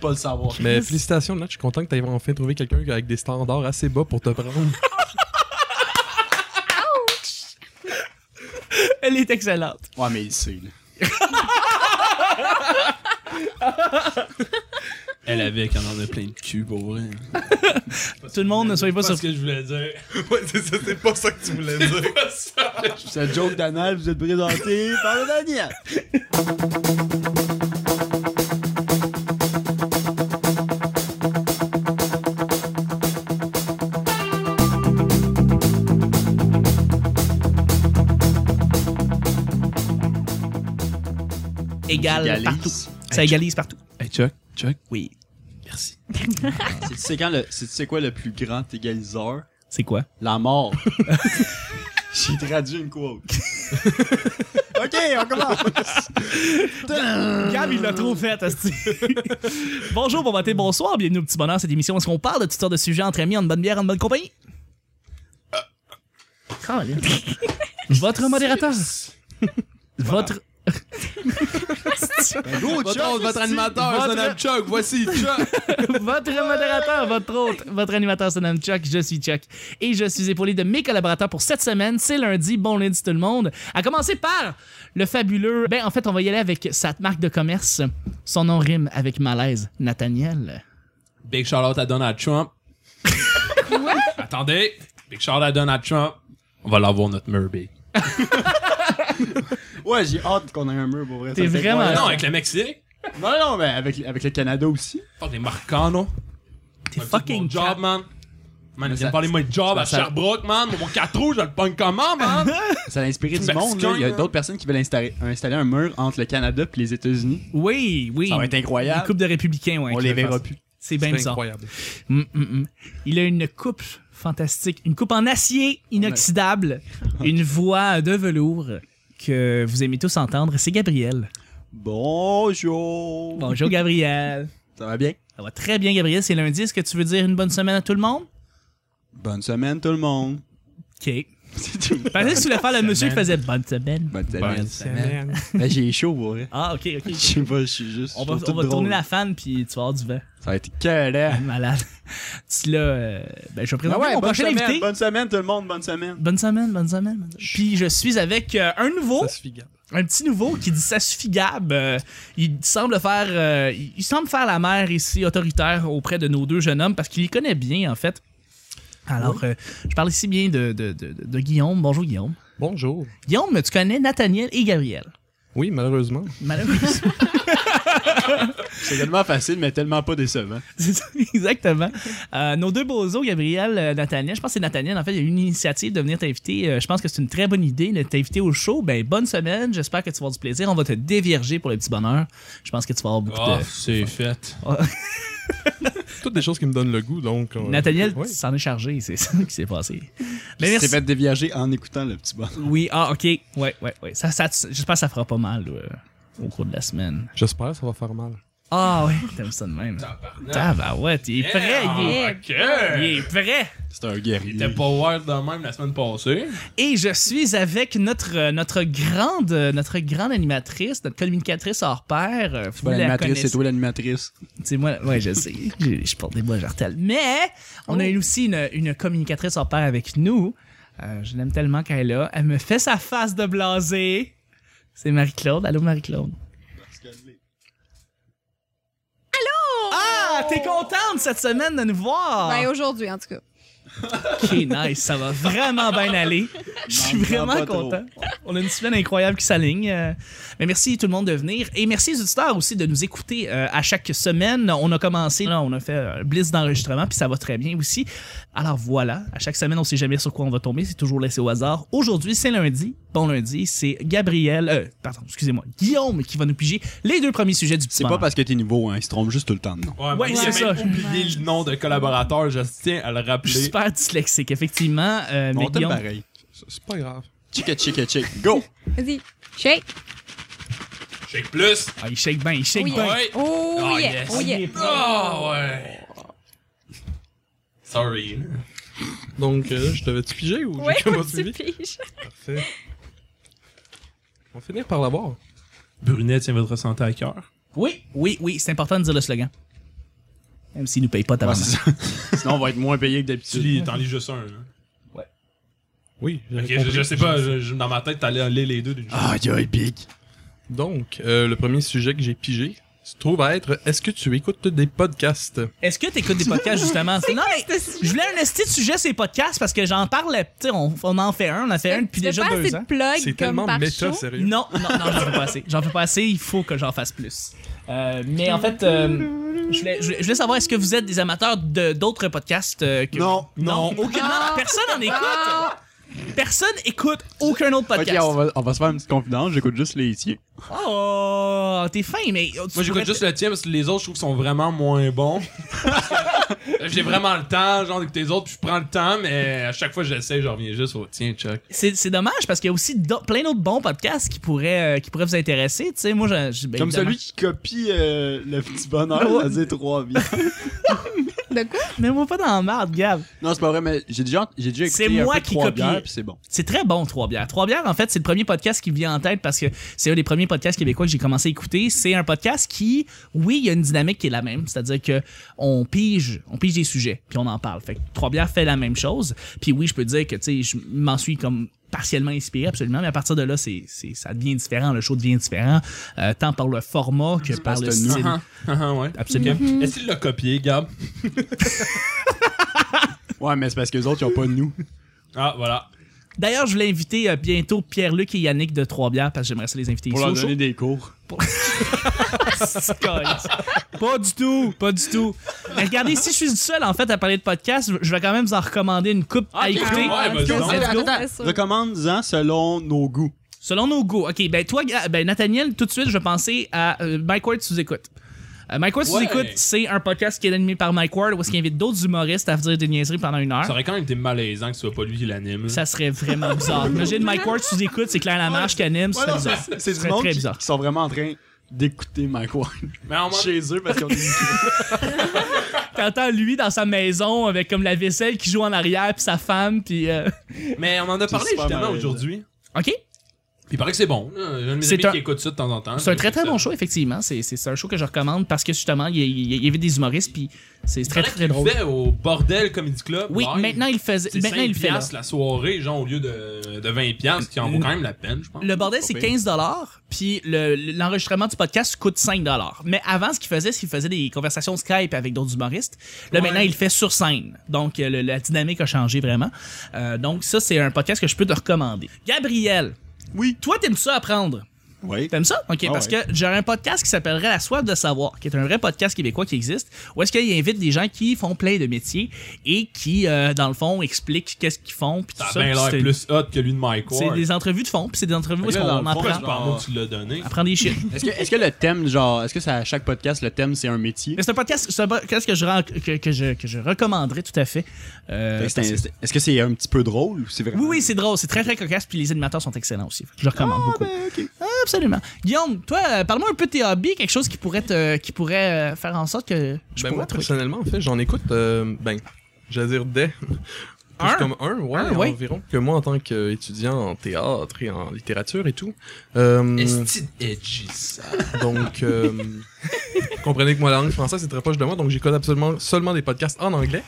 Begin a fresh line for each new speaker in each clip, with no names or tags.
pas le savoir.
Mais félicitations, Nat. Je suis content que tu aies enfin trouvé quelqu'un avec des standards assez bas pour te prendre.
Elle est excellente.
Ouais, mais il sait, là.
Elle avec, elle en a plein de cul pour vrai.
Tout le monde, ne soyez pas
C'est
sur.
ce que je voulais dire.
ouais, c'est ça, c'est pas ça que tu voulais dire.
C'est joke d'anal, vous êtes présenté par le Daniel.
Égal partout. Ça égalise partout.
Hey Chuck, Chuck,
Oui.
merci.
C'est- Tu sais quand le- c'est- tu sais quoi le plus grand égaliseur?
C'est quoi?
La mort. J'ai traduit une quote. ok, on commence.
Gab, il l'a trop fait, asti. Bonjour, bon matin, bonsoir, bienvenue au Petit Bonheur, cette émission où est-ce qu'on parle de toutes sortes de sujets entre amis, en bonne bière, en bonne compagnie. Ah. Votre modérateur. Votre...
Votre, votre animateur,
Votre-
je m'appelle Chuck, voici Chuck.
Votre modérateur, votre hôte, votre animateur se nomme Chuck, je suis Chuck. Et je suis épaulé de mes collaborateurs pour cette semaine. C'est lundi, bon lundi tout le monde. À commencer par le fabuleux... Ben, en fait, on va y aller avec sa marque de commerce. Son nom rime avec malaise, Nathaniel.
Big shout out à Donald Trump. Attendez. Big shout out à Donald Trump. On va l'avoir notre mur big.
Ouais, j'ai hâte qu'on ait un mur pour vrai.
T'es
ça fait
vraiment-
quoi, là?
Non, avec le Mexique.
Non, non, mais avec, avec le Canada aussi.
Fuck les Marcanos. T'es
fucking
job,
cap.
man. Man, ils
ça-
viennent parler de mon job
ça-
à
ça-
Sherbrooke, man. Mon 4 roues, je le pogne comment, man?
Ça a inspiré du
Ben,
monde.
c'est
là. Il y a
con,
d'autres personnes qui veulent installer, installer un mur entre le Canada et les États-Unis.
Oui, oui.
Ça va être
Une
incroyable.
coupe de républicains, ouais.
On
qui
les
le
verra
fasse.
plus.
C'est bien
C'est
bizarre.
incroyable.
Mm, mm, mm. Il a une coupe fantastique, une coupe en acier inoxydable, une voix de velours que vous aimez tous entendre. C'est Gabriel.
Bonjour.
Bonjour Gabriel.
Ça va bien?
Ça va très bien Gabriel, c'est lundi. Est-ce que tu veux dire une bonne semaine à tout le monde?
Bonne semaine, tout le monde.
Ok.
C'est tout.
Pensez que tu voulais faire le monsieur qui faisait bonne semaine.
Bonne semaine.
Merde.
Ben, j'ai chaud pour vrai.
Ah ok ok.
Je sais pas, je suis juste.
On
je
va,
trouve tout
on va
drôle.
tourner la fan puis tu vas avoir du vent.
Ça va être écœurant.
Malade. D'ici là, euh, ben, je vais présenter mon prochain
semaine,
invité.
Ah bonne semaine, tout le monde, bonne semaine.
Bonne semaine, bonne semaine. bonne semaine. Puis je suis avec euh, un nouveau,
Ça suffit, Gab.
un petit nouveau qui dit ça suffit Gab. Euh, il semble faire, euh, il il semble faire la mère ici autoritaire auprès de nos deux jeunes hommes parce qu'il les connaît bien en fait. Alors, euh, je parle ici bien de, de, de, de Guillaume. Bonjour Guillaume.
Bonjour.
Guillaume, tu connais Nathaniel et Gabriel.
Oui, malheureusement.
Malheureusement,
C'est tellement facile, mais tellement pas décevant.
c'est ça, exactement. Euh, nos deux bozos, Gabriel, euh, Nathaniel, je pense que c'est Nathaniel, en fait, il y a eu une initiative de venir t'inviter. Euh, je pense que c'est une très bonne idée de t'inviter au show. Ben, bonne semaine, j'espère que tu vas avoir du plaisir. On va te dévierger pour le petit bonheur. Je pense que tu vas avoir beaucoup
Oh,
de...
c'est fait.
Toutes des choses qui me donnent le goût, donc. euh,
Nathaniel
ouais.
s'en est chargé, c'est ça qui s'est passé. Mais
Tu
merci.
t'es fait déviager en écoutant le petit bon.
Oui, ah, ok. Ouais, ouais, ouais. Ça, ça, J'espère que ça fera pas mal euh, au cours de la semaine.
J'espère que ça va faire mal.
Ah, ouais, t'aimes ça de même. Tabarouette, il est prêt, il est-
Yeah, Ok.
il est prêt.
C'est un guerrier.
T'es pas ouvert de même la semaine passée.
Et je suis avec notre, euh, notre, grande, euh, notre grande animatrice, notre communicatrice hors pair. euh, Vous
Pas
la
l'animatrice,
connaissez.
c'est toi l'animatrice.
C'est moi, ouais, je sais. J'ai- Je porte des bois jartelles. Mais on a aussi une, une communicatrice hors pair avec nous. Euh, je l'aime tellement quand elle est là. Elle me fait sa face de blasée. C'est Marie-Claude. Allô, Marie-Claude. Ah, t'es contente cette semaine de nous voir?
Ben, aujourd'hui, en tout cas.
Ok, nice, ça va vraiment bien aller. Je suis
M'en prends
vraiment
pas trop.
content. On a une semaine incroyable qui s'aligne. euh, Mais merci tout le monde de venir. Et merci aux auditeurs aussi de nous écouter euh, à chaque semaine. On a commencé, là, on a fait euh, blitz d'enregistrement, puis ça va très bien aussi. Alors voilà, à chaque semaine, on sait jamais sur quoi on va tomber. C'est toujours laissé au hasard. Aujourd'hui, c'est lundi. Bon lundi, c'est Gabriel, euh, pardon, excusez-moi, Guillaume qui va nous piger les deux premiers sujets du petit
C'est pas
bonheur.
parce que t'es nouveau, hein. Il se trompe juste tout le temps, non?
Ouais,
mais
c'est
j'ai même
ça.
oublié le nom de collaborateur, je tiens à le
Je
rappeler.
suis super dyslexique, effectivement. euh, mais
On t'aime
Guillaume,
pareil.
C'est c'est pas grave.
Chica, chica, chica. Go!
Vas-y, shake.
Shake plus.
ah, il shake bien, il shake
Oh
bien.
yeah.
Ouais.
Oh,
Ah,
yeah.
yes.
Oh yeah.
Oh, ouais. Sorry.
Donc, euh, je devais-tu piger ou
Ouais,
j'ai
ouais,
pas
tu
suivi?
piges.
Parfait. On va finir par l'avoir.
Brunet tient votre santé à cœur.
Oui, oui, oui, c'est important de dire le slogan. Même s'ils nous payent pas, t'as
Ouais, Ah, c'est ça. Sinon, on va être moins payé que
Tu
d'habitude.
lis, t'en lis juste un. hein.
Oui, j'avais
Ok, je,
compris.
je sais pas, je- je- dans ma tête, t'allais en lire les deux d'une
Ah, y'a épique.
Donc, euh, le premier sujet que j'ai pigé se trouve à être Est-ce que tu écoutes des podcasts
Est-ce que t'écoutes des podcasts, justement? non, mais je voulais un esti de sujet ces podcasts parce que j'en parle, tu sais, on, on en fait un, on en fait un depuis
Tu fais
déjà
pas
deux
assez
ans.
de plugs
C'est
comme
tellement
par
méta,
show.
sérieux.
Non, non, non, j'en fais pas assez. J'en fais pas assez, il faut que j'en fasse plus. Euh, mais en fait, euh, je, voulais, je voulais- je voulais savoir, est-ce que vous êtes des amateurs de- d'autres podcasts? euh, que-
Non.
Non, aucunement. Personne en écoute. Personne écoute aucun autre
Ok,
podcast.
on va, on va se faire une petite confidence. J'écoute juste les tiens.
Oh, t'es fin, mais... tu
Moi,
pourrais-
j'écoute juste le tien parce que les autres, je trouve, sont vraiment moins bons. J'ai vraiment le temps, genre, d'écouter les autres, puis je prends le temps, mais à chaque fois que j'essaie, je reviens juste au tien, Chuck.
C'est c'est dommage parce qu'il y a aussi do- plein d'autres bons podcasts qui pourraient, euh, qui pourraient vous intéresser. Tu sais, moi, j'ai- j'ai- ben,
Comme
évidemment-
celui qui copie euh, le petit bonheur, ça dit trois vies.
De quoi?
Mais moi, pas dans la merde, Gab.
Non, c'est pas vrai, mais j'ai déjà, j'ai déjà
C'est
écouté un
moi
peu
qui
trois
copiais.
bières, puis c'est bon.
C'est très bon, Trois Bières. Trois Bières, en fait, c'est le premier podcast qui me vient en tête parce que c'est un des premiers podcasts québécois que j'ai commencé à écouter. C'est un podcast qui, oui, il y a une dynamique qui est la même. C'est-à-dire que on pige, on pige des sujets, puis on en parle. Fait que Trois Bières fait la même chose. Puis oui, je peux dire que, tu sais, je m'en suis comme partiellement inspiré absolument mais à partir de là c'est c'est- ça devient différent le show devient différent euh, tant par le format que par le
parce que nous-
style
Ah, ah, ah, ouais.
absolument Mhm.
Ok. Est-ce qu'il l'a copié, Gab?
Ouais, mais c'est parce que les autres, ils ont pas de nous.
Ah, voilà.
D'ailleurs, je voulais inviter euh, bientôt Pierre-Luc et Yannick de Trois-Bières parce que j'aimerais ça les inviter
Pour
ici.
leur
au show.
donner des cours.
Calice. pas du tout, pas du tout. Mais regardez, si je suis du seul en fait à parler de podcast, je vais quand même vous en recommander une coupe
Ah,
à écouter.
ouais, vas-y donc.
Ah, c'est
Let's go.
vrai, ça.
Recommande-en selon nos goûts.
Selon nos goûts. OK, ben toi, Ga- ben Nathaniel, tout de suite, je vais penser à euh, Mike Ward sous écoute. Euh, Mike Ward sous
Ouais.
écoute, c'est un podcast qui est animé par Mike Ward où est-ce qu'il invite d'autres humoristes à dire des niaiseries pendant une heure.
Ça aurait quand même été malaisant que ce soit pas lui qui l'anime.
Ça serait vraiment bizarre. Imagine Mike Ward sous écoute, c'est Claire Lamarche qui anime, ça serait bizarre.
C'est
Ça
du
serait
monde
très
qui,
bizarre.
qui sont vraiment en train d'écouter Mike Ward
Mais en même
chez eux parce qu'ils ont des micros.
T'entends lui dans sa maison avec comme la vaisselle qui joue en arrière puis sa femme puis euh,
Mais on en a parlé
super
justement
malaisant.
aujourd'hui.
ok
Puis Il paraît que c'est bon. là. J'ai un de mes
C'est
amis
un-
qui écoute ça de temps en temps.
Ah, c'est un très très
Ça-
bon show effectivement c'est c'est c'est un show que je recommande parce que justement il y a- il y a- il y avait des humoristes puis c'est
Il
très
paraît
très,
qu'il
drôle
fait au bordel Comedy Club.
oui
Ouais,
maintenant il faisait
c'est
maintenant
5
il le fait là.
piastres la soirée, genre au lieu de, de 20 piastres, qui en vaut quand même la peine, je pense.
le bordel
Pas
c'est
pire.
15 dollars puis le- l'enregistrement du podcast coûte 5 dollars mais avant ce qu'il faisait c'est qu'il faisait des conversations Skype avec d'autres humoristes là
Ouais.
maintenant il le fait sur scène donc euh, le- la dynamique a changé vraiment Euh, donc ça c'est un podcast que je peux te recommander Gabriel
Oui.
toi t'aimes ça apprendre
Oui.
T'aimes ça? Ok,
Ah
parce
ouais.
que j'aurais un podcast qui s'appellerait La soif de savoir, qui est un vrai podcast québécois qui existe, où est-ce qu'il invite des gens qui font plein de métiers et qui, euh, dans le fond, expliquent qu'est-ce qu'ils font. Puis tout
Ça a
ça,
bien
puis
l'air
c'est-
plus hot que lui de Mike
C'est
Ward.
des entrevues de fond, puis c'est des entrevues où
Fait que là,
on
dans le fond,
Pourquoi
apprend,
tu parles moi, tu l'as donné?
apprend des shit.
Est-ce que, est-ce que le thème, genre, est-ce que ça, à chaque podcast, le thème, c'est un métier?
Mais c'est un podcast, c'est un podcast que je, ren- que, que je, que je recommanderais tout à fait. Euh,
Fait que c'est un-
parce que-
c'est- Est-ce que c'est un petit peu drôle ou c'est vraiment.
oui, oui, c'est drôle, c'est très très cocasse, puis les animateurs sont excellents aussi. Je
Ah,
le recommande beaucoup.
ben,
Absolument. Guillaume, toi, euh, parle-moi un peu de tes hobbies, quelque chose qui pourrait, te, qui pourrait euh, faire en sorte que je
Ben
pourrais
moi,
trouver.
personnellement, en fait, j'en écoute, euh, ben, j'allais dire des. plus
Un?
comme un, ouais,
Un, ouais.
environ. Que moi, en tant qu'étudiant en théâtre et en littérature et tout. euh,
Esti de edgy, ça.
donc, euh, comprenez que moi, la langue française, c'est très proche de moi, donc j'écoute absolument seulement des podcasts en anglais.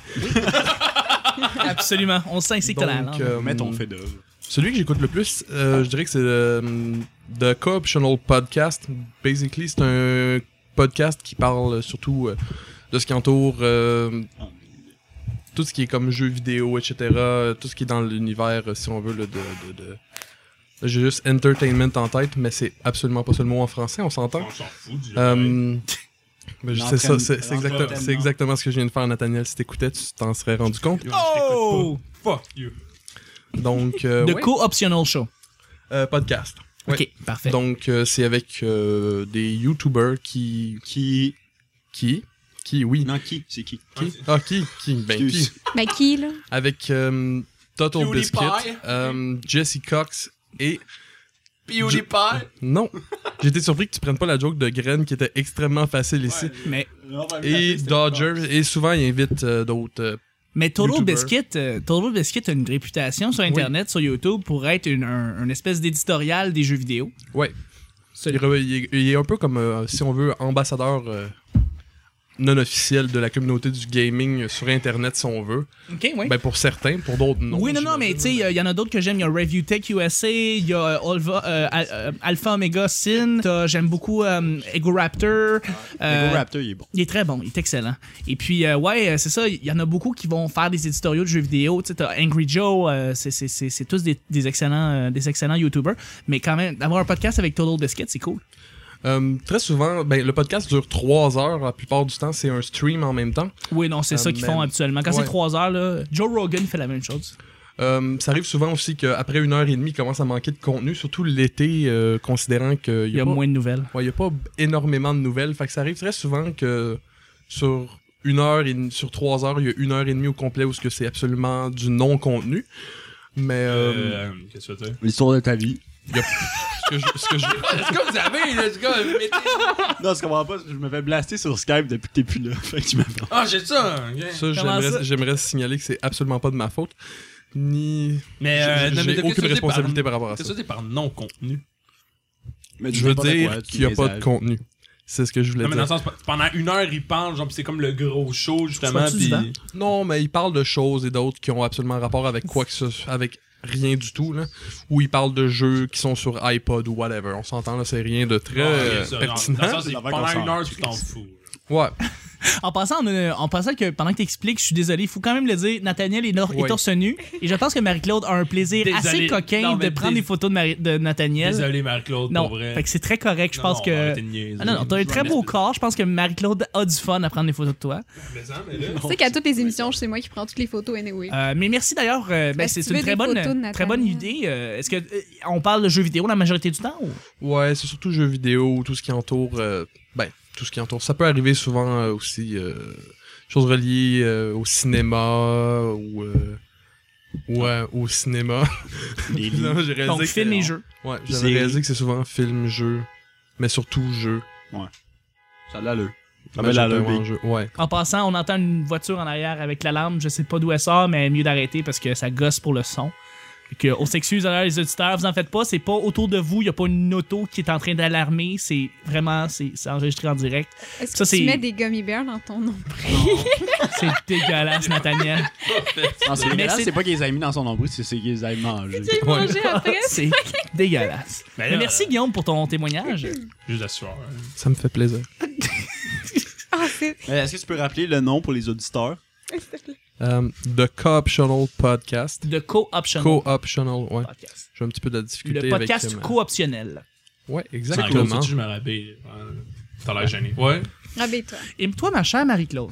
Absolument. On sait ainsi que t'as la
Donc,
langue.
euh,
Mets ton fait d'œuvre.
Celui que j'écoute le plus, euh, je dirais que c'est euh, The Co-optional Podcast. Basically, c'est un podcast qui parle surtout euh, de ce qui entoure euh, tout ce qui est comme jeux vidéo, etc. euh, Tout ce qui est dans l'univers, euh, si on veut, là, de. de, de- Là, J'ai juste entertainment en tête, mais c'est absolument pas seulement en français, on s'entend.
On s'en fout du
Euh, ben, je- c'est ça, c'est- c'est
L'entraînement.
exactement, c'est exactement ce que je viens de faire, Nathaniel. Si t'écoutais, tu t'en serais rendu compte.
Oh!
Fuck you.
Donc, euh,
The
ouais,
co-optional show.
euh, podcast. Ouais.
Ok, parfait.
Donc, euh, c'est avec euh, des YouTubers qui.
Qui.
Qui Qui, oui.
Non, qui? C'est qui?
Qui? Ah, qui Qui Ben, qui
Excuse.
Mais qui, là?
Avec euh, Total
PewDiePie.
Biscuit, euh, Jesse Cox et.
PewDiePie.
Non J'étais surpris que tu prennes pas la joke de Graine qui était extrêmement facile ici.
Mais,
Et Dodger, et souvent ils invitent euh, d'autres. euh,
mais Total
YouTuber.
Biscuit, euh, Total Biscuit a une réputation sur Internet, sur YouTube, pour être une, un- une espèce d'éditorial des jeux vidéo.
ouais. Il, re- il est- il est un peu comme, euh, si on veut, ambassadeur euh, non officielle de la communauté du gaming euh, sur Internet, si on veut.
Ok, oui.
Ben, pour certains, pour d'autres, non.
oui, non, non, mais tu sais, il y en a d'autres que j'aime. Il y a Review Tech USA, il y a euh, Alva- euh, Al- euh, Alpha Omega Sin, t'as- j'aime beaucoup euh, Ego Raptor.
Le
euh,
Go Raptor, il est bon.
Il est très bon, il est excellent. Et puis, euh, ouais, euh, c'est ça, il y en a beaucoup qui vont faire des éditoriaux de jeux vidéo. Tu sais, t'as Angry Joe, euh, c'est- c'est c'est- c'est tous des, des excellents, euh, des excellents YouTubers. Mais quand même, d'avoir un podcast avec Total Biscuit, c'est cool.
Euh, très souvent, ben, le podcast dure trois heures. La plupart du temps, c'est un stream en même temps.
Oui, non, c'est
Euh,
ça qu'ils
mais-
font habituellement. Quand c'est
ouais.
trois heures, là, Joe Rogan fait la même chose.
Euh, ça arrive souvent aussi qu'après une heure et demie, il commence à manquer de contenu, surtout l'été, euh, considérant qu'il
Il
n'y
y
a,
a
pas-
moins de nouvelles.
ouais, il y a pas énormément de nouvelles. Fait que ça arrive très souvent que sur une heure et demie- sur trois heures, il y a une heure et demie au complet où ce que c'est absolument du non-contenu. Mais euh,
Euh, Qu'est-ce que tu veux dire?
L'histoire de ta vie.
ce que je- ce que je-
Est-ce Ah, que vous avez, là, ce gars? mettez-
Non, je comprends pas. Je me fais blaster sur Skype depuis que t'es plus là. Fait que tu m'appelles.
Ah, j'ai ça! ok.
ça,
Comment
j'aimerais-
ça?
j'aimerais signaler que c'est absolument pas de ma faute. Ni.
Mais, euh,
j'ai-
non, mais
J'ai
qu'est-ce que
aucune
tu dis
responsabilité
par-
par rapport à ça.
Qu'est-ce que tu dis par non-contenu?
Mais tu
Je veux
n'importe
dire
quoi, tu
qu'il n'y a pas de
niaises.
contenu. C'est ce que je voulais
Non, mais dans
dire.
le sens, pe- pendant une heure, il parle, genre, pis c'est comme le gros show, justement,
Sois-tu
pis...
du vent?
Non, mais il parle de choses et d'autres qui ont absolument rapport avec quoi que ce soit, avec rien du tout, là. Ou il parle de jeux qui sont sur iPod ou whatever. On s'entend, là, c'est rien de très euh,
Ah, ça, dans-
pertinent.
dans le sens, c'est
C'est la vraie
pendant
conscience.
une heure, tu t'en fous.
Ouais.
En passant, on a- en passant que pendant que t'expliques, je suis désolé, il faut quand même le dire, Nathaniel est, nor-
Oui.
est torse nu. Et je pense que Marie-Claude a un plaisir
Désolé.
assez coquin
Non,
de
mais
prendre
dés-
des photos de, Marie- de Nathaniel.
Désolé, Marie-Claude,
Non,
pour vrai.
fait que c'est très correct. Je
Non,
pense
non,
que.
arrêtez de niaiser.
Ah non, non, t'as un très beau corps. Je pense que Marie-Claude a du fun à prendre des photos de toi.
Mais ça, mais là-
Tu sais qu'à toutes les émissions, c'est moi qui prends toutes les photos anyway.
Euh, mais merci d'ailleurs. euh, ben,
Est-ce
c'est
que tu
une
veux
très
des
bonne,
photos de
très bonne
Nathaniel?
idée. euh, Est-ce que euh, on parle de jeux vidéo la majorité du temps ou-
Ouais, c'est surtout jeux vidéo ou tout ce qui entoure. euh, ben, tout ce qui entoure. Ça peut arriver souvent euh, aussi. euh, choses reliées euh, au cinéma ou. euh, ouais, au cinéma.
Des livres.
Non, j'ai réalisé
Donc
que-
film et jeux.
Ouais, j'avais
Série.
réalisé que c'est souvent film, jeu. Mais surtout jeu.
Ça l'a le. Ça l'a
Mais j'appelle
le.
vraiment jeu. Ouais.
En passant, on entend une voiture en arrière avec l'alarme. Je sais pas d'où elle sort, mais mieux d'arrêter parce que ça gosse pour le son. Fait Que on s'excuse à l'heure les auditeurs, vous en faites pas, c'est pas autour de vous, il y a pas une auto qui est en train d'alarmer, c'est vraiment c'est c'est enregistré en direct.
Est-ce que
ça, c'est-
tu mets des gummy bears dans ton nom?
C'est dégueulasse Nathaniel.
Non, c'est
Mais
dégueulasse,
c'est-
c'est pas qu'ils aient mis dans son nombril, c'est c'est qu'ils aient mangé.
Tu
Ouais.
mangé après?
C'est dégueulasse.
Mais
Ben
Mais
là,
merci Guillaume pour ton témoignage.
Juste la sueur. hein.
Ça me fait plaisir.
Ah, c'est...
Mais Est-ce que tu peux rappeler le nom pour les auditeurs?
Euh, The Co-Optional Podcast.
De co-option.
Co-Optional, ouais.
podcast.
J'ai un petit peu de la difficulté
Le podcast
avec... euh,
co-optionnel.
ma- Ouais,
Marie-Claude,
exactement.
faut-tu que je me rabais. T'as l'air gêné. Ouais.
Rabais-toi.
Et toi, ma chère Marie-Claude,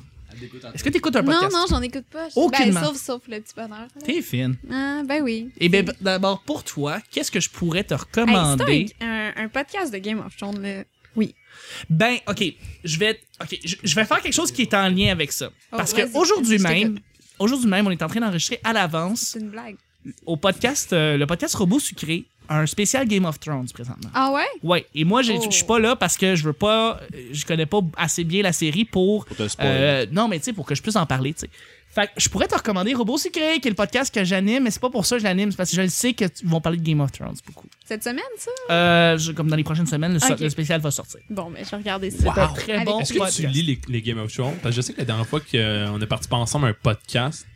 est-ce que t'écoutes un
Non,
podcast?
non, j'en écoute pas. Ben,
Aucunement.
sauf, sauf le petit bonheur. là.
T'es Eh fine.
Ah, ben oui.
Et bien, d'abord, pour toi, qu'est-ce que je pourrais te
Hey,
recommander?
c'est un, un, un podcast de Game of Thrones, là. Oui.
Ben, ok, je vais, ok, je, je vais faire quelque chose qui est en lien avec ça,
Oh,
parce
vas-y,
que aujourd'hui
je
même, aujourd'hui même, on est en train d'enregistrer à l'avance
C'est une blague.
au podcast, euh, le podcast Robot Sucré, un spécial Game of Thrones présentement.
Ah ouais?
Ouais, et moi, j'ai- je
Oh.
suis pas là parce que je veux pas, euh, je connais pas assez bien la série pour,
Pour te spoiler.
euh, non mais tu sais, pour que je puisse en parler, tu sais. Fait que je pourrais te recommander Robot Sucré, qui est le podcast que j'anime, mais c'est pas pour ça que je l'anime, c'est parce que je le sais que tu- ils vont parler de Game of Thrones beaucoup.
Cette semaine, ça?
Euh, je- comme dans les prochaines semaines, le, so-
Ok.
le spécial va sortir.
Bon, ben, je vais regarder ça.
C'est un très
Avec-
bon
Est-ce que tu
podcast.
lis les, les Game of Thrones? Parce que je sais que la dernière fois qu'on a participé ensemble à un podcast,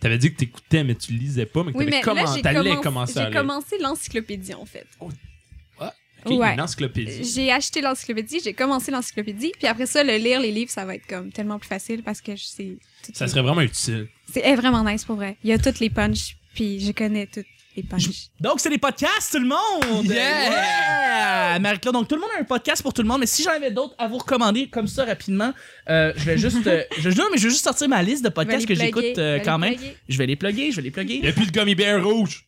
t'avais dit que t'écoutais, mais tu lisais pas, mais que
Oui, mais
t'avais
là,
comment,
j'ai
t'allais
commencé-
commencer à
j'ai
lire.
commencé l'encyclopédie, en fait.
Ok,
Ouais.
Une encyclopédie.
J'ai acheté l'encyclopédie, j'ai commencé l'encyclopédie, puis après ça, le lire les livres, ça va être comme tellement plus facile parce que je sais. tout-
Ça serait vraiment utile.
C'est eh, vraiment nice pour vrai. Il y a toutes les punches, puis je connais toutes les punches.
Donc, c'est des podcasts, tout le monde! Yeah! Marie-Claude, donc tout le monde a un podcast pour tout le monde, mais si j'en avais d'autres à vous recommander comme ça rapidement, euh, je vais juste. euh, je, non, mais je vais juste sortir ma liste de podcasts
Je vais
que
les
j'écoute
plugger,
euh,
je vais
quand
les
même.
plugger.
Je vais les plugger, je vais les
Y
plugger.
a plus de gummy bear rouge!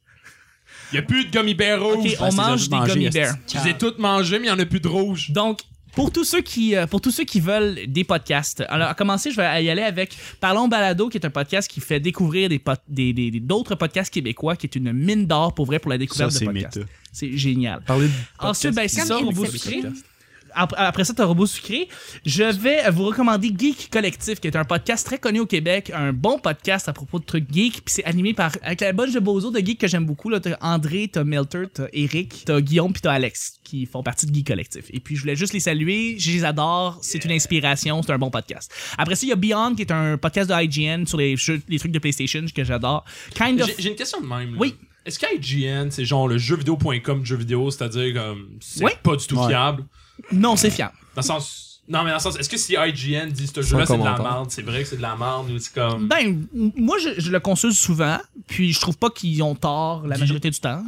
Y a plus de gummy Ben, bear rouge!
Ok, on
Ben, c'est
mange
juste
des
manger,
gummy
est-ce que-
bears.
Je les ai toutes mangées, mais y en a plus de rouge.
Donc, pour tous ceux qui, euh, pour tous ceux qui veulent des podcasts, alors à commencer, je vais y aller avec Parlons Balado, qui est un podcast qui fait découvrir des pot- des- des- des- d'autres podcasts québécois, qui est une mine d'or pour vrai pour la
Ça,
découverte de
c'est
podcasts.
méta.
C'est génial.
Parler de
Ensuite, ben, c'est
Comme
ça,
Inception.
Robot Sucré. ap- après ça, t'as Robot Sucré. Je vais euh, vous recommander Geek Collectif, qui est un podcast très connu au Québec, un bon podcast à propos de trucs geeks. Puis c'est animé par avec la bonne de bozo de geeks que j'aime beaucoup. Là, t'as André, t'as Melter, t'as Eric, t'as Guillaume, puis t'as Alex, qui font partie de Geek Collectif. Et puis je voulais juste les saluer. Je les adore. C'est une inspiration. C'est un bon podcast. Après ça, il y a Beyond, qui est un podcast de IGN sur les, jeux, les trucs de PlayStation que j'adore. Kind of.
J'ai- J'ai une question de même. là.
Oui.
Est-ce qu'IGN, c'est genre le jeuxvideo.com de jeux vidéo, c'est-à-dire comme c'est
Oui.
pas du tout
Ouais.
fiable?
Non, c'est fiable.
Dans le sens. Non, mais dans le sens, est-ce que si IGN dit ce jeu-là, c'est de la
commentaire.
merde, c'est vrai que c'est de la merde ou c'est comme.
Ben, m- moi, je, je le consulte souvent, puis je trouve pas qu'ils ont tort la
Guy-
majorité du temps.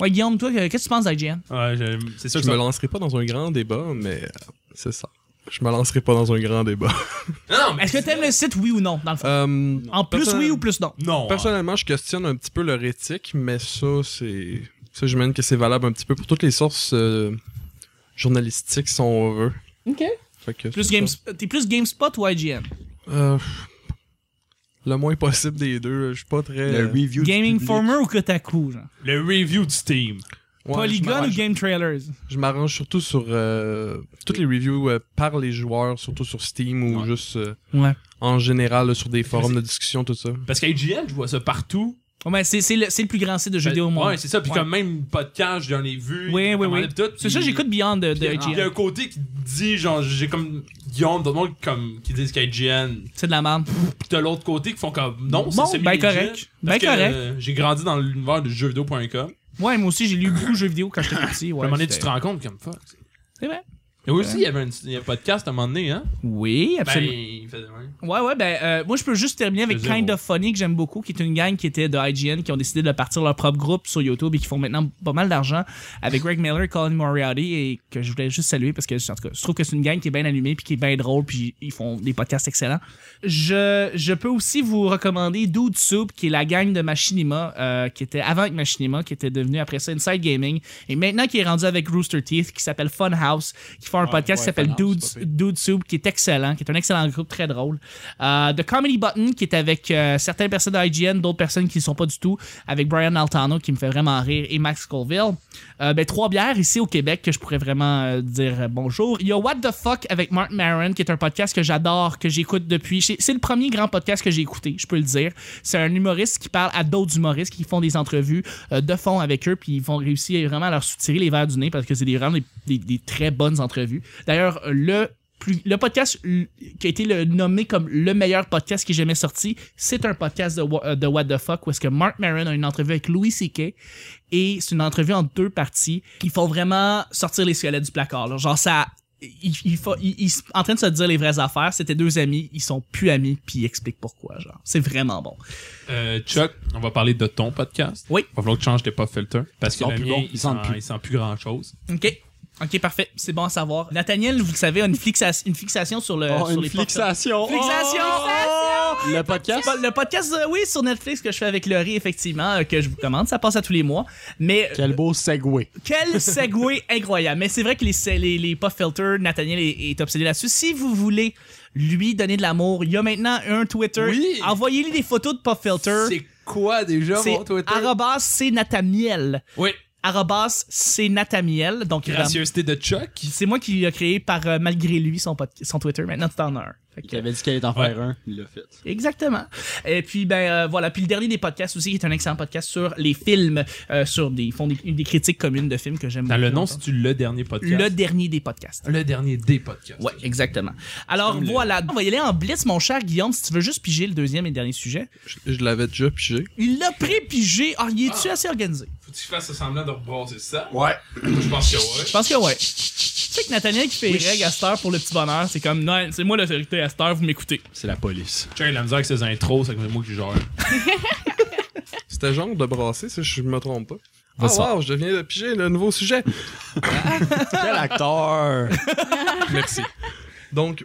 Ouais, Guillaume, toi, que- qu'est-ce que tu penses d'IGN?
Ouais, je- c'est sûr
Je
que
me
ça.
lancerai pas dans un grand débat, mais euh, c'est ça. Je me lancerai pas dans un grand débat.
Non, non, mais.
Est-ce que t'aimes le site, oui ou non, dans le fond?
Euh,
en plus,
personne-
oui ou plus non?
Non.
Personnellement, je questionne un petit peu leur éthique, mais ça, c'est. Ça, j'imagine que c'est valable un petit peu pour toutes les sources euh, journalistiques, si on veut.
OK.
Fait que
Plus
c'est
Games-
ça.
T'es plus GameSpot ou IGN?
Euh, le moins possible des deux. Je suis pas très.
Le review du
Gaming
public.
Informer ou Kotaku? genre?
Le review de Steam.
Ouais, je
Polygon ou
m'arrange-
Game Trailers?
Je m'arrange surtout sur euh, toutes les reviews euh, par les joueurs, surtout sur Steam ou
Ouais.
juste euh,
Ouais.
en général là, sur des forums de discussion, tout ça.
Parce qu'IGN, je vois ça partout.
ben, c'est c'est le, c'est le plus grand site de
Ben,
jeux vidéo au monde.
Ouais, c'est ça. Puis
Ouais.
comme même podcast, j'en ai vu.
Oui, oui,
comment
oui.
et tout,
C'est ça,
puis-
j'écoute Beyond de, de
puis Il y a un
IGN.
côté qui dit, genre, j'ai comme Guillaume, d'autres monde comme, qui disent qu'IGN.
C'est de la merde.
Puis t'as l'autre côté qui font comme, non, c'est
Bon,
celui
ben
legit,
correct.
parce
Ben
que,
correct.
euh, j'ai grandi dans l'univers de jeuxvideo.com.
Ouais, moi aussi, j'ai lu beaucoup de jeux vidéo quand j'étais petit.
à un
Ouais,
moment donné, tu
c'était-
te rends compte comme fuck.
C'est vrai.
Et aussi, il y avait un, il y a un podcast à un moment donné, hein?
Oui, absolument.
Ben, il faisait- ouais.
Ouais, ouais, ben, euh, moi, je peux juste terminer avec
Zéro.
Kind of Funny, que j'aime beaucoup, qui est une gang qui était de IGN, qui ont décidé de partir leur propre groupe sur YouTube et qui font maintenant pas mal d'argent avec Greg Miller et Colin Moriarty, et que je voulais juste saluer parce que, en tout cas, je trouve que c'est une gang qui est bien allumée puis qui est bien drôle, puis ils font des podcasts excellents. Je, je peux aussi vous recommander Dude Soup, qui est la gang de Machinima, euh, qui était avant avec Machinima, qui était devenu après ça Inside Gaming, et maintenant qui est rendu avec Rooster Teeth, qui s'appelle Funhouse, qui font un podcast qui
ouais,
s'appelle
Funhouse,
Dude,
c'est pas pire.
Dude Soup, qui est excellent, qui est un excellent groupe, très drôle. Euh, The Comedy Button, qui est avec euh, certaines personnes d'IGN, d'autres personnes qui ne sont pas du tout, avec Brian Altano, qui me fait vraiment rire, et Max Colville. Euh, ben, trois bières ici au Québec que je pourrais vraiment euh, dire euh, bonjour. Il y a What the Fuck avec Mark Maron, qui est un podcast que j'adore, que j'écoute depuis. C'est c'est le premier grand podcast que j'ai écouté, je peux le dire. C'est un humoriste qui parle à d'autres humoristes qui font des entrevues euh, de fond avec eux, puis ils vont réussir vraiment à leur soutirer les verres du nez parce que c'est des, vraiment des, des- des très bonnes entrevues. D'ailleurs, euh, le plus- le podcast l- qui a été le- nommé comme le meilleur podcast qui est jamais sorti, c'est un podcast de, Wha- euh, de What the Fuck où est-ce que Mark Maron a une entrevue avec Louis C.K. et c'est une entrevue en deux parties qui font vraiment sortir les squelettes du placard. là. Genre ça, ils, ils font- ils- ils sont en train de se dire les vraies affaires. C'était deux amis, ils sont plus amis puis ils expliquent pourquoi. Genre, c'est vraiment bon.
Euh, Chuck, on va parler de ton podcast.
Oui.
Il va falloir que tu changes tes pop filters. Parce que
Ils sont
le
plus
mien,
bons, ils
il
sentent
sent
plus.
il sent plus grand chose.
Ok. Ok, parfait. C'est bon à savoir. Nathaniel, vous le savez, a une, fixa- une fixation sur le.
Oh,
sur
une
les
fixation.
Fixation!
Oh! Le podcast?
Le podcast, euh, oui, sur Netflix que je fais avec Laurie, effectivement, euh, que je vous commande. Ça passe à tous les mois. Mais euh,
Quel beau segway.
quel segway incroyable. Mais c'est vrai que les, se- les, les Puff Filter, Nathaniel est, est obsédé là-dessus. Si vous voulez lui donner de l'amour, il y a maintenant un Twitter.
Oui.
Envoyez-lui des photos de Puff Filter.
quoi déjà
C'est arrobas c'est Nathaniel.
Oui.
Arrobas c'est Nathaniel. Donc,
Gracieuseté de Chuck.
c'est moi qui l'ai créé par euh, malgré lui son, pod- son Twitter. Maintenant, tu en as un. Fait que-
Il avait dit qu'il allait en
Ouais.
faire un, il l'a fait.
Exactement. Et puis ben euh, voilà, puis le dernier des podcasts aussi qui est un excellent podcast sur les films, euh, sur des ils font des, des critiques communes de films que j'aime.
Dans le
beaucoup
nom,
entendre.
c'est-tu le dernier
le
podcast?
dernier des podcasts.
Le, dernier des podcasts.
Ouais, exactement. Alors voilà, Ah, on va y aller en blitz, mon cher Guillaume, si tu veux juste piger le deuxième et dernier sujet.
Je, je l'avais déjà pigé.
Il l'a pré-pigé. Ah, il est-tu assez organisé?
Faut-tu que je fasse semblant de rebrasser ça?
Ouais.
Je pense que ouais.
Je pense que ouais. Tu sais que Nathaniel qui fait les règles à cette heure pour le petit bonheur, c'est comme, non, c'est moi l'autorité à cette heure, vous m'écoutez.
C'est la police.
Chuck a de la misère avec ses intros, c'est que c'est moi qui gère.
C'était genre de brasser, si je me trompe pas. Ah
Bonsoir.
wow, je viens de piger le nouveau sujet.
Quel acteur!
Merci. Donc,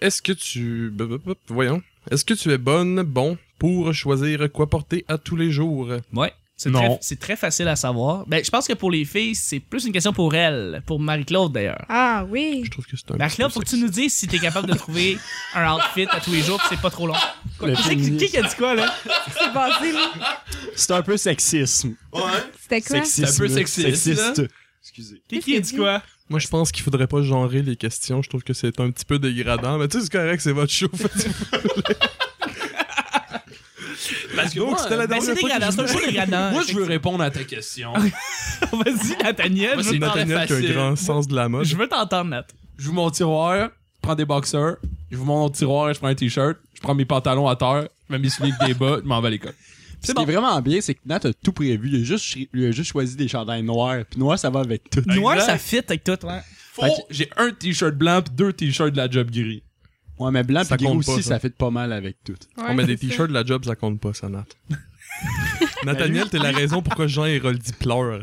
est-ce que tu... bop, bop, bop, Voyons. Est-ce que tu es bonne, bon, pour choisir quoi porter à tous les jours?
Ouais. C'est
Non.
très, c'est très facile à savoir. Ben, je pense que pour les filles, c'est plus une question pour elles, pour Marie-Claude d'ailleurs.
Ah oui.
Je trouve que c'est un...
Marc,
petit
là,
peu
faut que tu
sexy.
nous dises si t'es capable de trouver un outfit à tous les jours, pis c'est pas trop long. Quoi,
Le
qui, c'est qui- qui qui a dit quoi, là?
C'est basé, là.
C'est un peu sexisme.
Ouais.
C'était quoi?
Sexisme.
C'est un peu sexiste, là.
Excusez.
Qui qui a dit quoi?
Moi, je pense qu'il faudrait pas genrer les questions. Je trouve que c'est un petit peu dégradant. Mais tu sais, c'est correct, c'est votre show.
Parce que
Donc,
moi,
c'était la
euh,
Ben,
dernière
c'est
fois
dégradant,
que
c'est un show dégradant. Ah,
moi, je veux répondre à ta question.
Vas-y, Nathaniel,
Moi,
je
c'est
veux
Nathaniel qui a un
facile.
grand sens de la
t'en-
mode.
je veux t'entendre, Nat.
Je vous mon tiroir, je prends des boxers, je vous montre mon tiroir et je prends un t-shirt, je prends mes pantalons à terre, je mets mes souliers avec des bas, je m'en vais à l'école.
Ce qui est vraiment bien, c'est que Nat a tout prévu. Il a juste, chi- il a juste choisi des chandails noirs. Puis noir, ça va avec tout.
Noir,
Exact.
ça fit avec tout. Ouais.
Faut, j'ai un t-shirt blanc pis deux t-shirts de la job gris.
Ouais, mais blanc
Ça
pis gris
compte pas,
aussi,
ça.
ça fait pas mal avec tout.
On met des t-shirts de la job, ça compte pas, ça, Nat. Nathaniel, t'es la raison pourquoi Jean Héroldi pleure.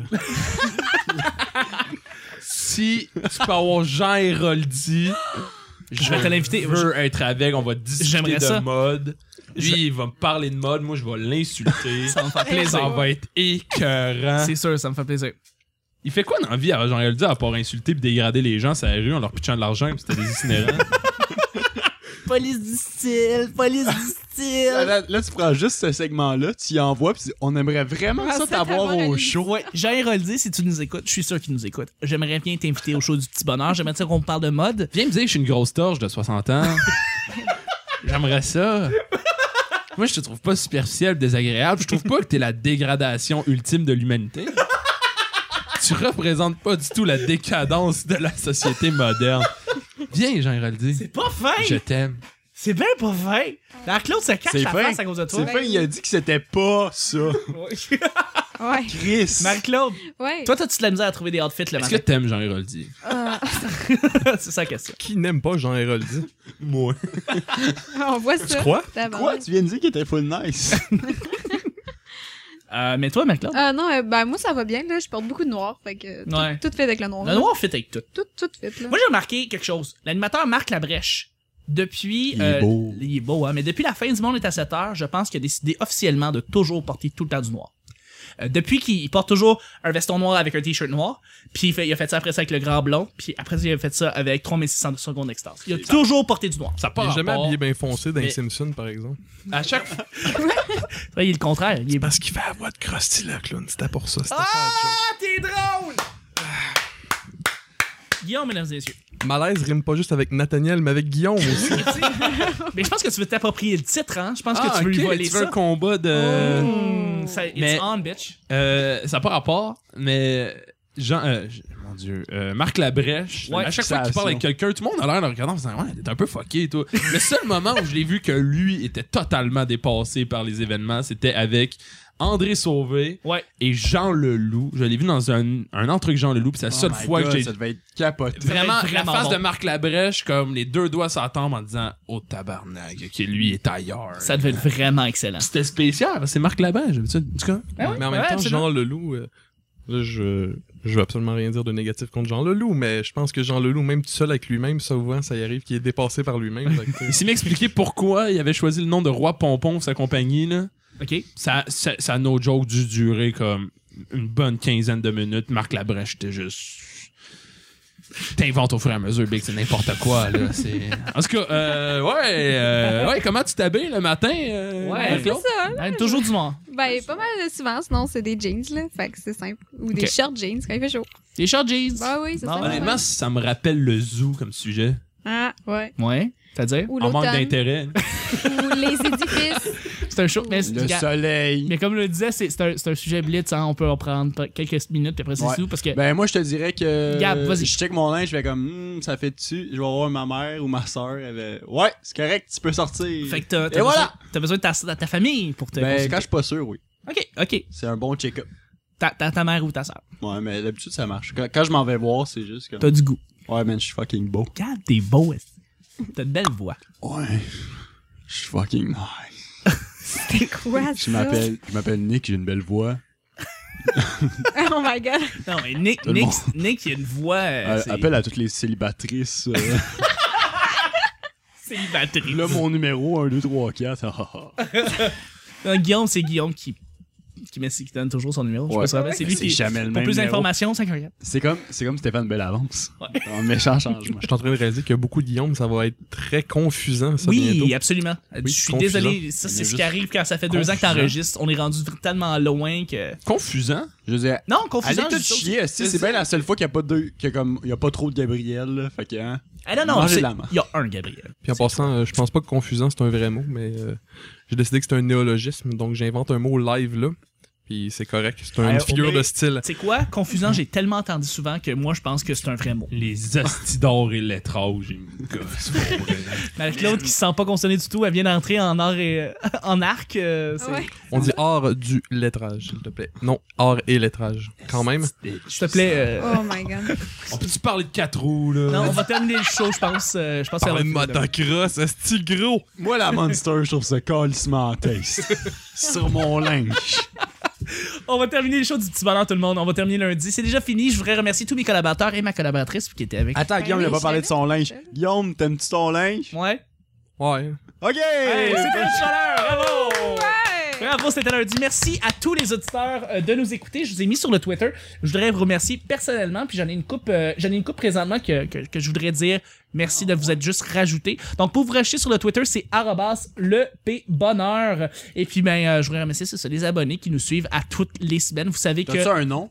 Si tu peux avoir Jean Héroldi,
Je vais te l'inviter.
veux être avec, on va discuter
J'aimerais
de
ça.
mode. Lui, il va me parler de mode, moi, je vais l'insulter.
Ça me fait
Ça
plaisir.
va être écœurant.
C'est sûr, ça me fait plaisir.
Il fait quoi dans la vie à Jean Héroldi à part insulter pis dégrader les gens sur la rue en leur pitchant de l'argent pis c'était des itinérants?
Police du style, police du
Là,
style.
là- là, tu prends juste ce segment-là, tu y envoies, puis on aimerait vraiment
Ah,
ça
ça,
t'avoir
t'avoir
au
à
show.
Ouais, Jean Héroldi, si tu nous écoutes, je suis sûr qu'il nous écoute. J'aimerais bien t'inviter au show du Petit Bonheur. J'aimerais ça qu'on parle de mode.
Viens me dire que je suis une grosse torche de 60 ans. J'aimerais ça. Moi, je te trouve pas superficiel, désagréable. Je trouve pas que t'es la dégradation ultime de l'humanité. Tu représentes pas du tout la décadence de la société moderne. Viens, Jean Héroldi.
C'est pas fin!
Je t'aime.
C'est bien pas fin! La Claude se cache
C'est
la
fin.
face à cause de toi.
C'est fin, il a dit que c'était pas ça.
Ouais.
Chris.
Marie-Claude,
Ouais.
toi, t'as-tu de la misère à trouver des outfits le
Est-ce que
matin?
t'aimes Jean Héroldi?
C'est ça la question.
Qui n'aime pas Jean Héroldi?
Moi.
On voit ça.
crois?
Tabarnak.
Quoi? Tu viens de dire qu'il était full nice.
Euh, mais toi, Marie-Claude,
Ah non, euh, ben moi ça va bien, là. Je porte beaucoup de noir, fait que tout-
Ouais.
tout, fait avec le noir.
le noir fit avec tout.
Tout, tout fait, là.
Moi, j'ai remarqué quelque chose. L'animateur marque la brèche. Depuis.
Il est beau.
Il est beau, hein, mais depuis la fin du monde est à 7 heures, je pense qu'il a décidé officiellement de toujours porter tout le temps du noir. Euh, depuis qu'il porte toujours un veston noir avec un t-shirt noir, puis il, fait- il a fait ça après ça avec le grand blond, puis après ça, il a fait ça avec 3600 secondes d'extase. Il a toujours porté du noir.
Ça a pas
Il est jamais
rapport.
habillé bien foncé dans les
Mais-
Simpsons, par exemple.
À chaque fois.
Ouais, il est le contraire. Il est
Parce qu'il fait la voix de Krusty le clown. C'était pour ça. C'était
Ah, t'es drôle! Ah. Guillaume, mesdames et messieurs.
Malaise rime pas juste avec Nathaniel, mais avec Guillaume aussi.
Mais je pense que tu veux t'approprier le titre, hein? Je pense que tu veux lui
Ah, ok,
voler
tu veux
ça.
un combat de.
Hmm, ça, it's
Mais-
on, bitch.
Euh, ça n'a pas rapport, mais Jean, euh, je- mon Dieu, euh, Marc Labrèche,
Ouais,
à chaque fois qu'il parle avec quelqu'un, tout le monde a l'air de le regarder en faisant ouais, t'es un peu fucké, toi. le seul moment où je l'ai vu que lui était totalement dépassé par les événements, c'était avec André Sauvé
Ouais.
et Jean Leloup. Je l'ai vu dans un, un entre Jean Leloup, puis c'est la seule fois que j'ai
Oh Ça devait être capoté.
vraiment,
Ça va être vraiment
la face
bon.
de Marc Labrèche comme les deux doigts sur la tempe en disant oh tabarnak, ok, lui est ailleurs.
Ça devait être vraiment excellent.
C'était spécial, c'est Marc Labrèche, d'habitude. En tout cas,
Ah oui,
mais en
ouais,
même temps,
absolument.
Jean Leloup, euh, là, je, je veux absolument rien dire de négatif contre Jean Leloup, mais je pense que Jean Leloup, même tout seul avec lui-même, souvent, ça y arrive qu'il est dépassé par lui-même. Fait que, tu
Il
sais,
s'est m'expliquer pourquoi il avait choisi le nom de Roi Pompon pour sa compagnie, là.
OK.
Ça, ça, ça a no joke dû durer comme une bonne quinzaine de minutes. Marc Labrèche était juste. T'inventes au fur et à mesure, Big, c'est n'importe quoi, là. c'est- En tout cas, euh, ouais, euh, ouais, comment tu t'habilles le matin? euh,
Ouais.
C'est
Marc-Claude?
ça, là.
Hein, toujours du noir.
Ben, pas mal souvent, sinon c'est des jeans, là. Fait que c'est simple. Ou des
Ok.
shorts jeans quand il fait chaud.
Les short jeans.
Ben oui, c'est
Non,
ça.
Honnêtement, ça me rappelle le zoo comme sujet.
Ah, ouais.
Ouais. C'est-à-dire?
Ou
En manque
l'automne.
d'intérêt.
Ou les édifices.
C'est un show. Mais, c'est-
Le
regarde.
soleil.
mais comme je le disais, c'est c'est un, c'est un sujet blitz. Hein. On peut en prendre quelques minutes, puis après, c'est
Ouais.
tout. Parce que.
Ben moi je te dirais que
Gab, vas-y.
je check mon linge, je fais comme Hmm, ça fait dessus, je vais voir ma mère ou ma soeur, elle euh, ouais, c'est correct, tu peux sortir.
fait que t'as
Et
t'as
voilà.
besoin, t'as besoin de ta, de ta famille pour te.
Ben
consulter.
quand je suis pas sûr, oui.
Ok, ok.
C'est un bon check-up.
Ta, ta, ta mère ou ta soeur.
Ouais, mais d'habitude ça marche. Quand, quand je m'en vais voir, c'est juste comme
T'as du goût.
ouais, man, je suis fucking beau.
Regarde, t'es beau. esti. T'as une belle voix.
Ouais. Je suis fucking nice.
C'était quoi, ça?
Je m'appelle je m'appelle Nick, j'ai une belle voix.
Oh my god.
Non, mais Nick,
le
Nick,
monde.
Nick, il a une voix. euh,
Euh,
c'est-
appelle à toutes les célibatrices. euh,
C'est une batterie.
là mon numéro 1 2 3 4. ah, ah, ah.
Non, Guillaume, c'est Guillaume qui qui, met- qui donne toujours son numéro. Je
Ouais.
me rappelle, c'est lui
C'est
qui.
jamais le
Pour
même
plus
numéro.
d'informations, 548.
C'est comme, c'est comme Stéphane Bellavance. Un méchant changement.
Je suis en train de réaliser qu'il y a beaucoup de Guillaume, ça va être très confusant, ça,
Oui, euh,
bientôt.
absolument. je suis
confusant.
désolé. Ça,
On
c'est
est
ce qui
juste
arrive quand ça fait deux ans que
confusant.
t'enregistres. On est rendu tellement loin que.
Confusant.
Je veux dire,
Non,
Ah,
confusant.
allez tout
je dis ça
chier, si
C'est-
c'est bien la seule fois qu'il n'y a pas deux, qu'il y a comme, il y a pas trop de Gabriel, là. Fait que, hein.
aussi. Ah non, non,
Mangez
c'est-
la main.
il y a un Gabriel.
Puis en passant, euh, je pense pas que confusant c'est un vrai mot, mais euh, j'ai décidé que c'est un néologisme, donc j'invente un mot live là. Puis c'est correct, c'est
Ah,
une
euh,
figure
mais-
de style.
Tu sais quoi? Confusant, j'ai tellement entendu souvent que moi, je pense que c'est un vrai mot.
Les astidors et l'étrange, ils me gossent, pour vrai.
Mais Claude qui se sent pas concerné du tout, elle vient d'entrer en, or et- en arc. euh, c'est-
Ouais.
On dit art du lettrage, s'il te plaît. Non, art et lettrage, quand même.
S'il te plaît. euh,
Oh my god.
On peut-tu parler de quatre roues,
Oh.
là?
Non, on va terminer le show, je pense. euh, je pense
Parler de
que ça va-
motocross, est gros?
Moi, la Monster, je trouve ça calissement taste. Sur mon linge.
On va terminer le show du petit bonheur, tout le monde. On va terminer lundi. C'est déjà fini. Je voudrais remercier tous mes collaborateurs et ma collaboratrice qui était avec
Attends, Guillaume, il a
oui,
pas
je
parlé de son linge.
savais.
Guillaume, t'aimes-tu ton linge?
moi. Ouais.
Ouais.
Ok!
Hey, c'était le chaleur. Bravo!
Ouais.
Bravo, c'était lundi. Merci à tous les auditeurs euh, de nous écouter. Je vous ai mis sur le Twitter. Je voudrais vous remercier personnellement. Puis j'en ai une coupe, euh, j'en ai une coupe présentement que, que, que je voudrais dire merci de vous être juste rajouté. Donc pour vous racheter sur le Twitter, c'est arrobas le P bonheur. Et puis ben, euh, je voudrais remercier c'est ça, les abonnés qui nous suivent à toutes les semaines. Vous savez que
T'as-tu un nom?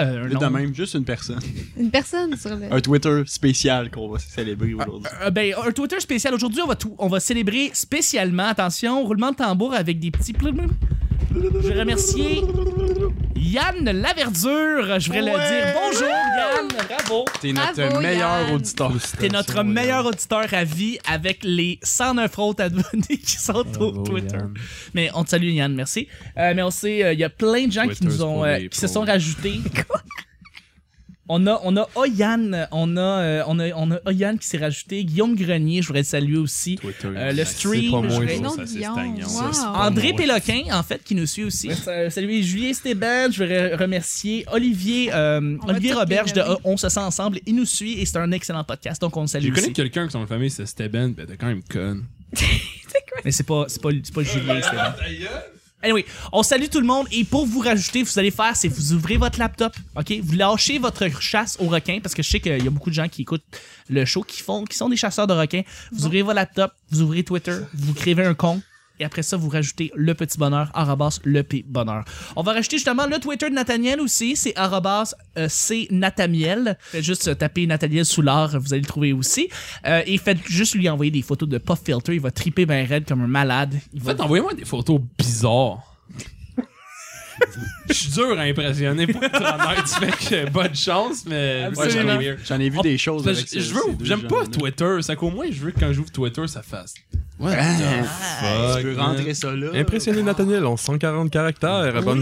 euh, un
Vite de
nombre-
même, juste une personne.
Une personne sur le.
Un Twitter spécial qu'on va célébrer aujourd'hui.
Euh, ben, un Twitter spécial. Aujourd'hui, on va, tout- on va célébrer spécialement, attention, roulement de tambour avec des petits. plou- plou- Je vais remercier Yann Laverdure. Je voudrais le
Ouais!
dire. Bonjour, Yann. Bravo.
T'es
notre
notre
Bravo, meilleur
meilleur
Yann.
Ah,
auditeur.
T'es notre meilleur auditeur à vie avec les 109 autres abonnés qui sont
Oh,
au Twitter. Mais on te salue, Yann. Merci. Euh, mais on sait, euh, il y a plein de gens qui
Twitter,
nous ont,
c'est
euh,
pour les
qui se
pros.
sont rajoutés. On a, on a Oyan, on a, euh, on a, on a Oyan qui s'est rajouté, Guillaume Grenier, je voudrais le saluer aussi,
Twitter,
Euh,
il
le
est
stream,
pas moi,
je
je
vais-
Le
gros,
nom
ça,
de
c'est
Guillaume.
stagnant,
Wow.
ça,
André
Ouais.
Péloquin, en fait, qui nous suit aussi. Euh, Saluer Julien Stéban, je vais remercier Olivier, euh,
On va
Olivier
tous les
Roberge de
nommer.
On se sent ensemble. Il nous suit et c'est un excellent podcast, donc on le salue
J'ai
aussi.
connu quelqu'un qui son famille, c'est Steben, ben t'es quand même con.
Mais c'est pas, c'est pas, c'est pas Julien Stéban. Anyway, on salue tout le monde et pour vous rajouter, vous allez faire, c'est vous ouvrez votre laptop, ok, vous lâchez votre chasse aux requins parce que je sais qu'il y a beaucoup de gens qui écoutent le show qui font, qui sont des chasseurs de requins. Vous ouvrez votre laptop, vous ouvrez Twitter, vous créez un compte. Et après ça, vous rajoutez le petit bonheur, arrobas le p bonheur. On va rajouter justement le Twitter de Nathaniel aussi, c'est arrobas euh, c Nathaniel. Faites juste euh, taper Nathaniel Soulard, vous allez le trouver aussi. Euh, et faites juste lui envoyer des photos de pas filter, il va triper ben raide comme un malade. Il
En
va
fait, envoyez-moi des photos bizarres. Je suis dur à impressionner pour être honnête, fait que bonne chance, mais
Ouais, j'en
Absolument.
ai vu- J'en ai vu
On-
des choses.
Parce
avec ce-
que Oh, Je je veux,
ces deux
j'aime pas
gens-là.
Twitter, c'est qu'au moins je veux que quand j'ouvre Twitter, ça fasse. What the Ah, fuck,
Tu peux
man?
rentrer ça là.
Impressionné Nathaniel, en 140 caractères, bonne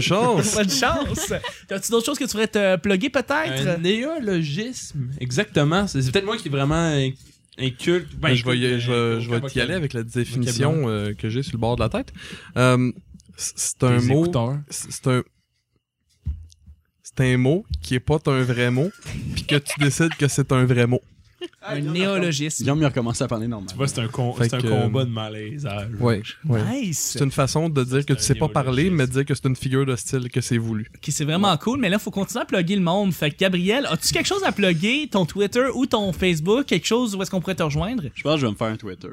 chance.
Bonne chance! T'as-tu d'autres choses que tu voudrais te plugger
Un
peut-être?
néologisme. Exactement. C'est c'est peut-être moi qui est vraiment inc- inculte. Ben,
je vais, y-
inculte,
je,
euh,
vais- je vais y
vocabulaire.
aller avec la définition euh, que j'ai sur le bord de la tête. Euh, c- c'est un
Tes
mot.
écouteurs.
C'est c'est un. C'est un mot qui est pas un vrai mot, puis que tu décides que c'est un vrai mot.
Un néologisme.
Ah, Guillaume, il a recommencé à parler normal.
Tu vois, c'est un, con-
Fait
c'est un
que- euh,
combat de malaisage.
Ouais,
Nice!
C'est une façon de dire que
un
tu sais pas parler, mais de dire que c'est une figure de style que c'est voulu.
Ok, c'est vraiment cool, mais là, faut continuer à plugger le monde. Fait que Gabriel, as-tu quelque chose à plugger? Ton Twitter ou ton Facebook? Quelque chose où est-ce qu'on pourrait te rejoindre?
Je pense que je vais me faire un Twitter.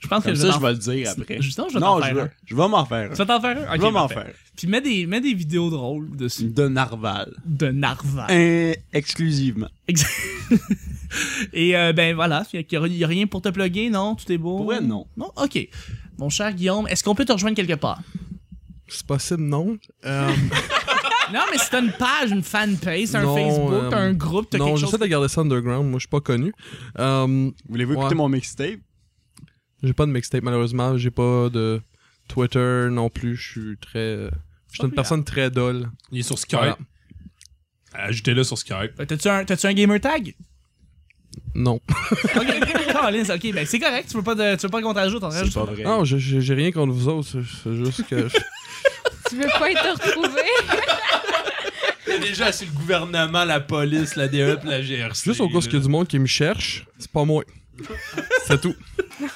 Je pense
Comme
que
ça,
t'en-
je vais le dire après.
Justement, je vais
non,
t'en
je
faire un.
vais, je vais m'en faire un.
Tu vas t'en faire un?
je
Ok,
vais m'en
parfait.
faire.
Puis mets des, mets des vidéos drôles dessus.
De narval.
De Narva.
Un- exclusivement.
Exact. Et euh, ben voilà, il n'y a, rien pour te plugger, non? Tout est beau?
Ouais, non.
Non? Ok. Mon cher Guillaume, est-ce qu'on peut te rejoindre quelque part?
C'est possible, non? Euh,
Non, mais c'est une page, une fanpage, un
Non,
Facebook,
euh,
t'as un groupe, t'as
non,
quelque chose.
j'essaie de garder ça underground, moi je suis pas connu. Euh,
Voulez-vous
Ouais.
écouter mon mixtape?
j'ai pas de mixtape malheureusement, j'ai pas de Twitter non plus, je suis très... euh, Je suis une
Populaire.
personne très dolle.
Il est sur Skype.
Voilà.
Ajoutez-le sur Skype.
Euh, T'as-tu un, t'as-tu un gamer tag?
Non.
ok, Calisse, ok, ben c'est correct, tu veux pas, de- tu veux pas qu'on t'ajoute, on
C'est
rajoute.
pas vrai.
Non, je- je- j'ai rien contre vous autres, c'est- c'est juste que...
Tu veux pas être retrouvé?
Déjà, c'est le gouvernement, la police, la DE, la GRC.
Juste au gars, qu'il y a du monde qui me cherche, c'est pas moi. C'est tout.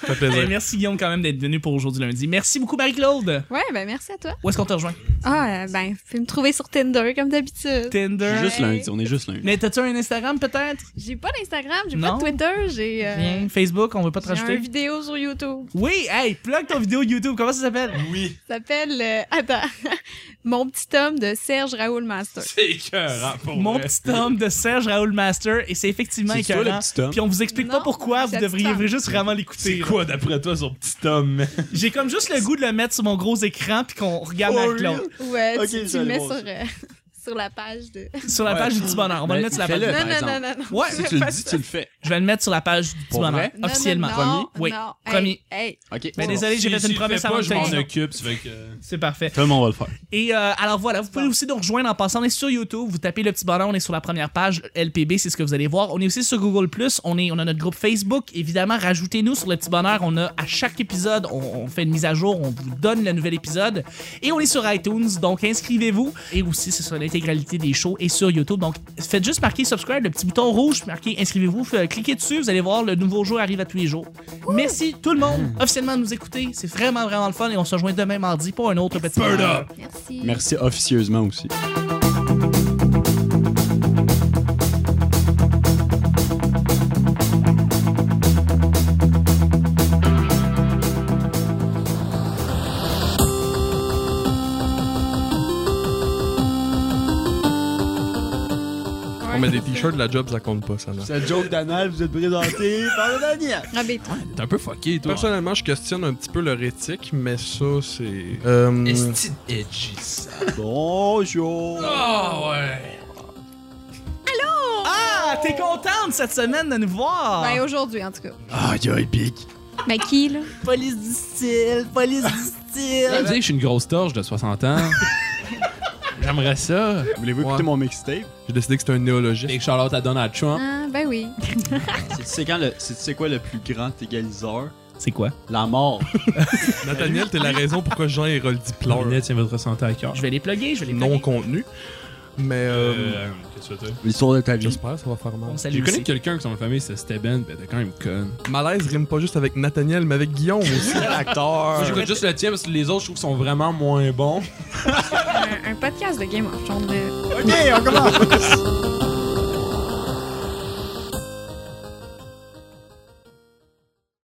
Ça fait
Eh,
plaisir.
merci Guillaume quand même d'être venu pour aujourd'hui lundi. Merci beaucoup Marie-Claude.
Ouais, ben merci à toi.
Où est-ce qu'on te rejoint?
Ah, euh, ben, vous pouvez me trouver sur Tinder, comme d'habitude.
Tinder.
Juste lundi, on est juste lundi.
Mais t'as-tu un Instagram peut-être?
J'ai pas d'Instagram, j'ai
Non.
pas de Twitter, j'ai euh,
Rien. Facebook, on veut pas te
j'ai une
rajouter.
vidéo sur YouTube.
Oui, hey, plug ton vidéo YouTube. Comment ça s'appelle?
Oui.
Ça s'appelle, euh, attends, Mon petit homme de Serge Raoul Master.
C'est écœurant pour
Mon
vrai.
petit homme de Serge Raoul Master. Et c'est effectivement
C'est toi le
écœurant.
petit homme.
Puis on vous explique
Non,
pas pourquoi, vous
c'est
devriez
petit homme.
juste vraiment l'écouter.
C'est
là.
quoi d'après toi son petit homme? man?
J'ai comme juste le goût de le mettre sur mon gros écran puis qu'on regarde
For
Marie-Claude.
Ou euh,
Ok,
tu- tu,
je vais
le
aller
mets sur,
voir
euh, sur la page de...
Sur la
Ouais.
page du petit bonheur. On va
Mais
le mettre sur la page.
fais-le.
Non,
par
non, non,
exemple.
non, non.
Ouais.
je
Si
vais
tu le
pas
dis,
ça.
tu le fais.
Je vais le mettre sur la page du petit
Pour
bonheur.
vrai?
Non, non,
Officiellement.
non,
Oui.
non.
Premier.
Hey, hey.
OK.
Ben, désolé, j'ai
Si-
fait
si
une
je
promesse
fais
avant
pas,
de
je m'en
te-
occupe. Ça fait que.
C'est parfait.
Tout le monde va le faire.
Et euh, alors voilà, vous pouvez aussi nous rejoindre en passant. On est sur YouTube, vous tapez le petit bonheur, on est sur la première page, LPB, c'est ce que vous allez voir. On est aussi sur Google, on, est, on a notre groupe Facebook. Évidemment, rajoutez-nous sur le petit bonheur. On a à chaque épisode, on, on fait une mise à jour, on vous donne le nouvel épisode. Et on est sur iTunes, donc inscrivez-vous. Et aussi, c'est sur l'intégralité des shows et sur YouTube. Donc faites juste marquer subscribe, le petit bouton rouge, marquez inscrivez-vous, f- cliquez dessus, vous allez voir, le nouveau jeu arrive à tous les jours. Merci tout le monde, officiellement de nous écouter. C'est vraiment, vraiment le fun. Et on se rejoint demain mardi pour un autre petit bonheur.
Merci.
Merci officieusement aussi.
On met des t-shirts de la job, ça compte pas, ça. non.
Cette joke d'anal vous êtes présenté par le Daniel.
Ah, ben, toi.
T'es un peu fucké, toi.
Personnellement, je questionne un petit peu leur éthique, mais ça, c'est. Euh,
Est-ce edgy, ça?
Bonjour.
Ah ouais!
Ah, t'es contente cette semaine de nous voir!
Ben, aujourd'hui, en tout cas.
Ah, y'a épique.
Mais qui, là?
police du style, police du
Tu sais
style!
que je suis une grosse torche de 60 ans. J'aimerais ça.
Voulez-vous
Ouais.
écouter mon mixtape?
J'ai décidé que c'était un néologiste.
Big shout-out à Donald Trump.
Ah, ben oui.
C'est- Tu sais quand le- c'est- tu sais quoi le plus grand égaliseur?
C'est quoi?
La mort.
Nathaniel, t'es la raison pourquoi Jean Héroldi pleure.
Lunette, c'est votre santé à cœur.
Je vais les plugger, je vais les plugger.
Non contenu. Mais. Euh,
Euh, qu'est-ce que tu veux dire?
L'histoire de ta vie.
J'espère, ça va faire mal.
On salue
J'ai connu
aussi.
quelqu'un qui son famille, c'était Steben, ben t'es quand même con.
Malaise rime pas juste avec Nathaniel, mais avec Guillaume aussi.
Moi,
acteur.
j'écoute juste le tien parce que les autres, je trouve, sont vraiment moins bons.
Un, un podcast de Game of Thrones. euh,
Ok, on commence.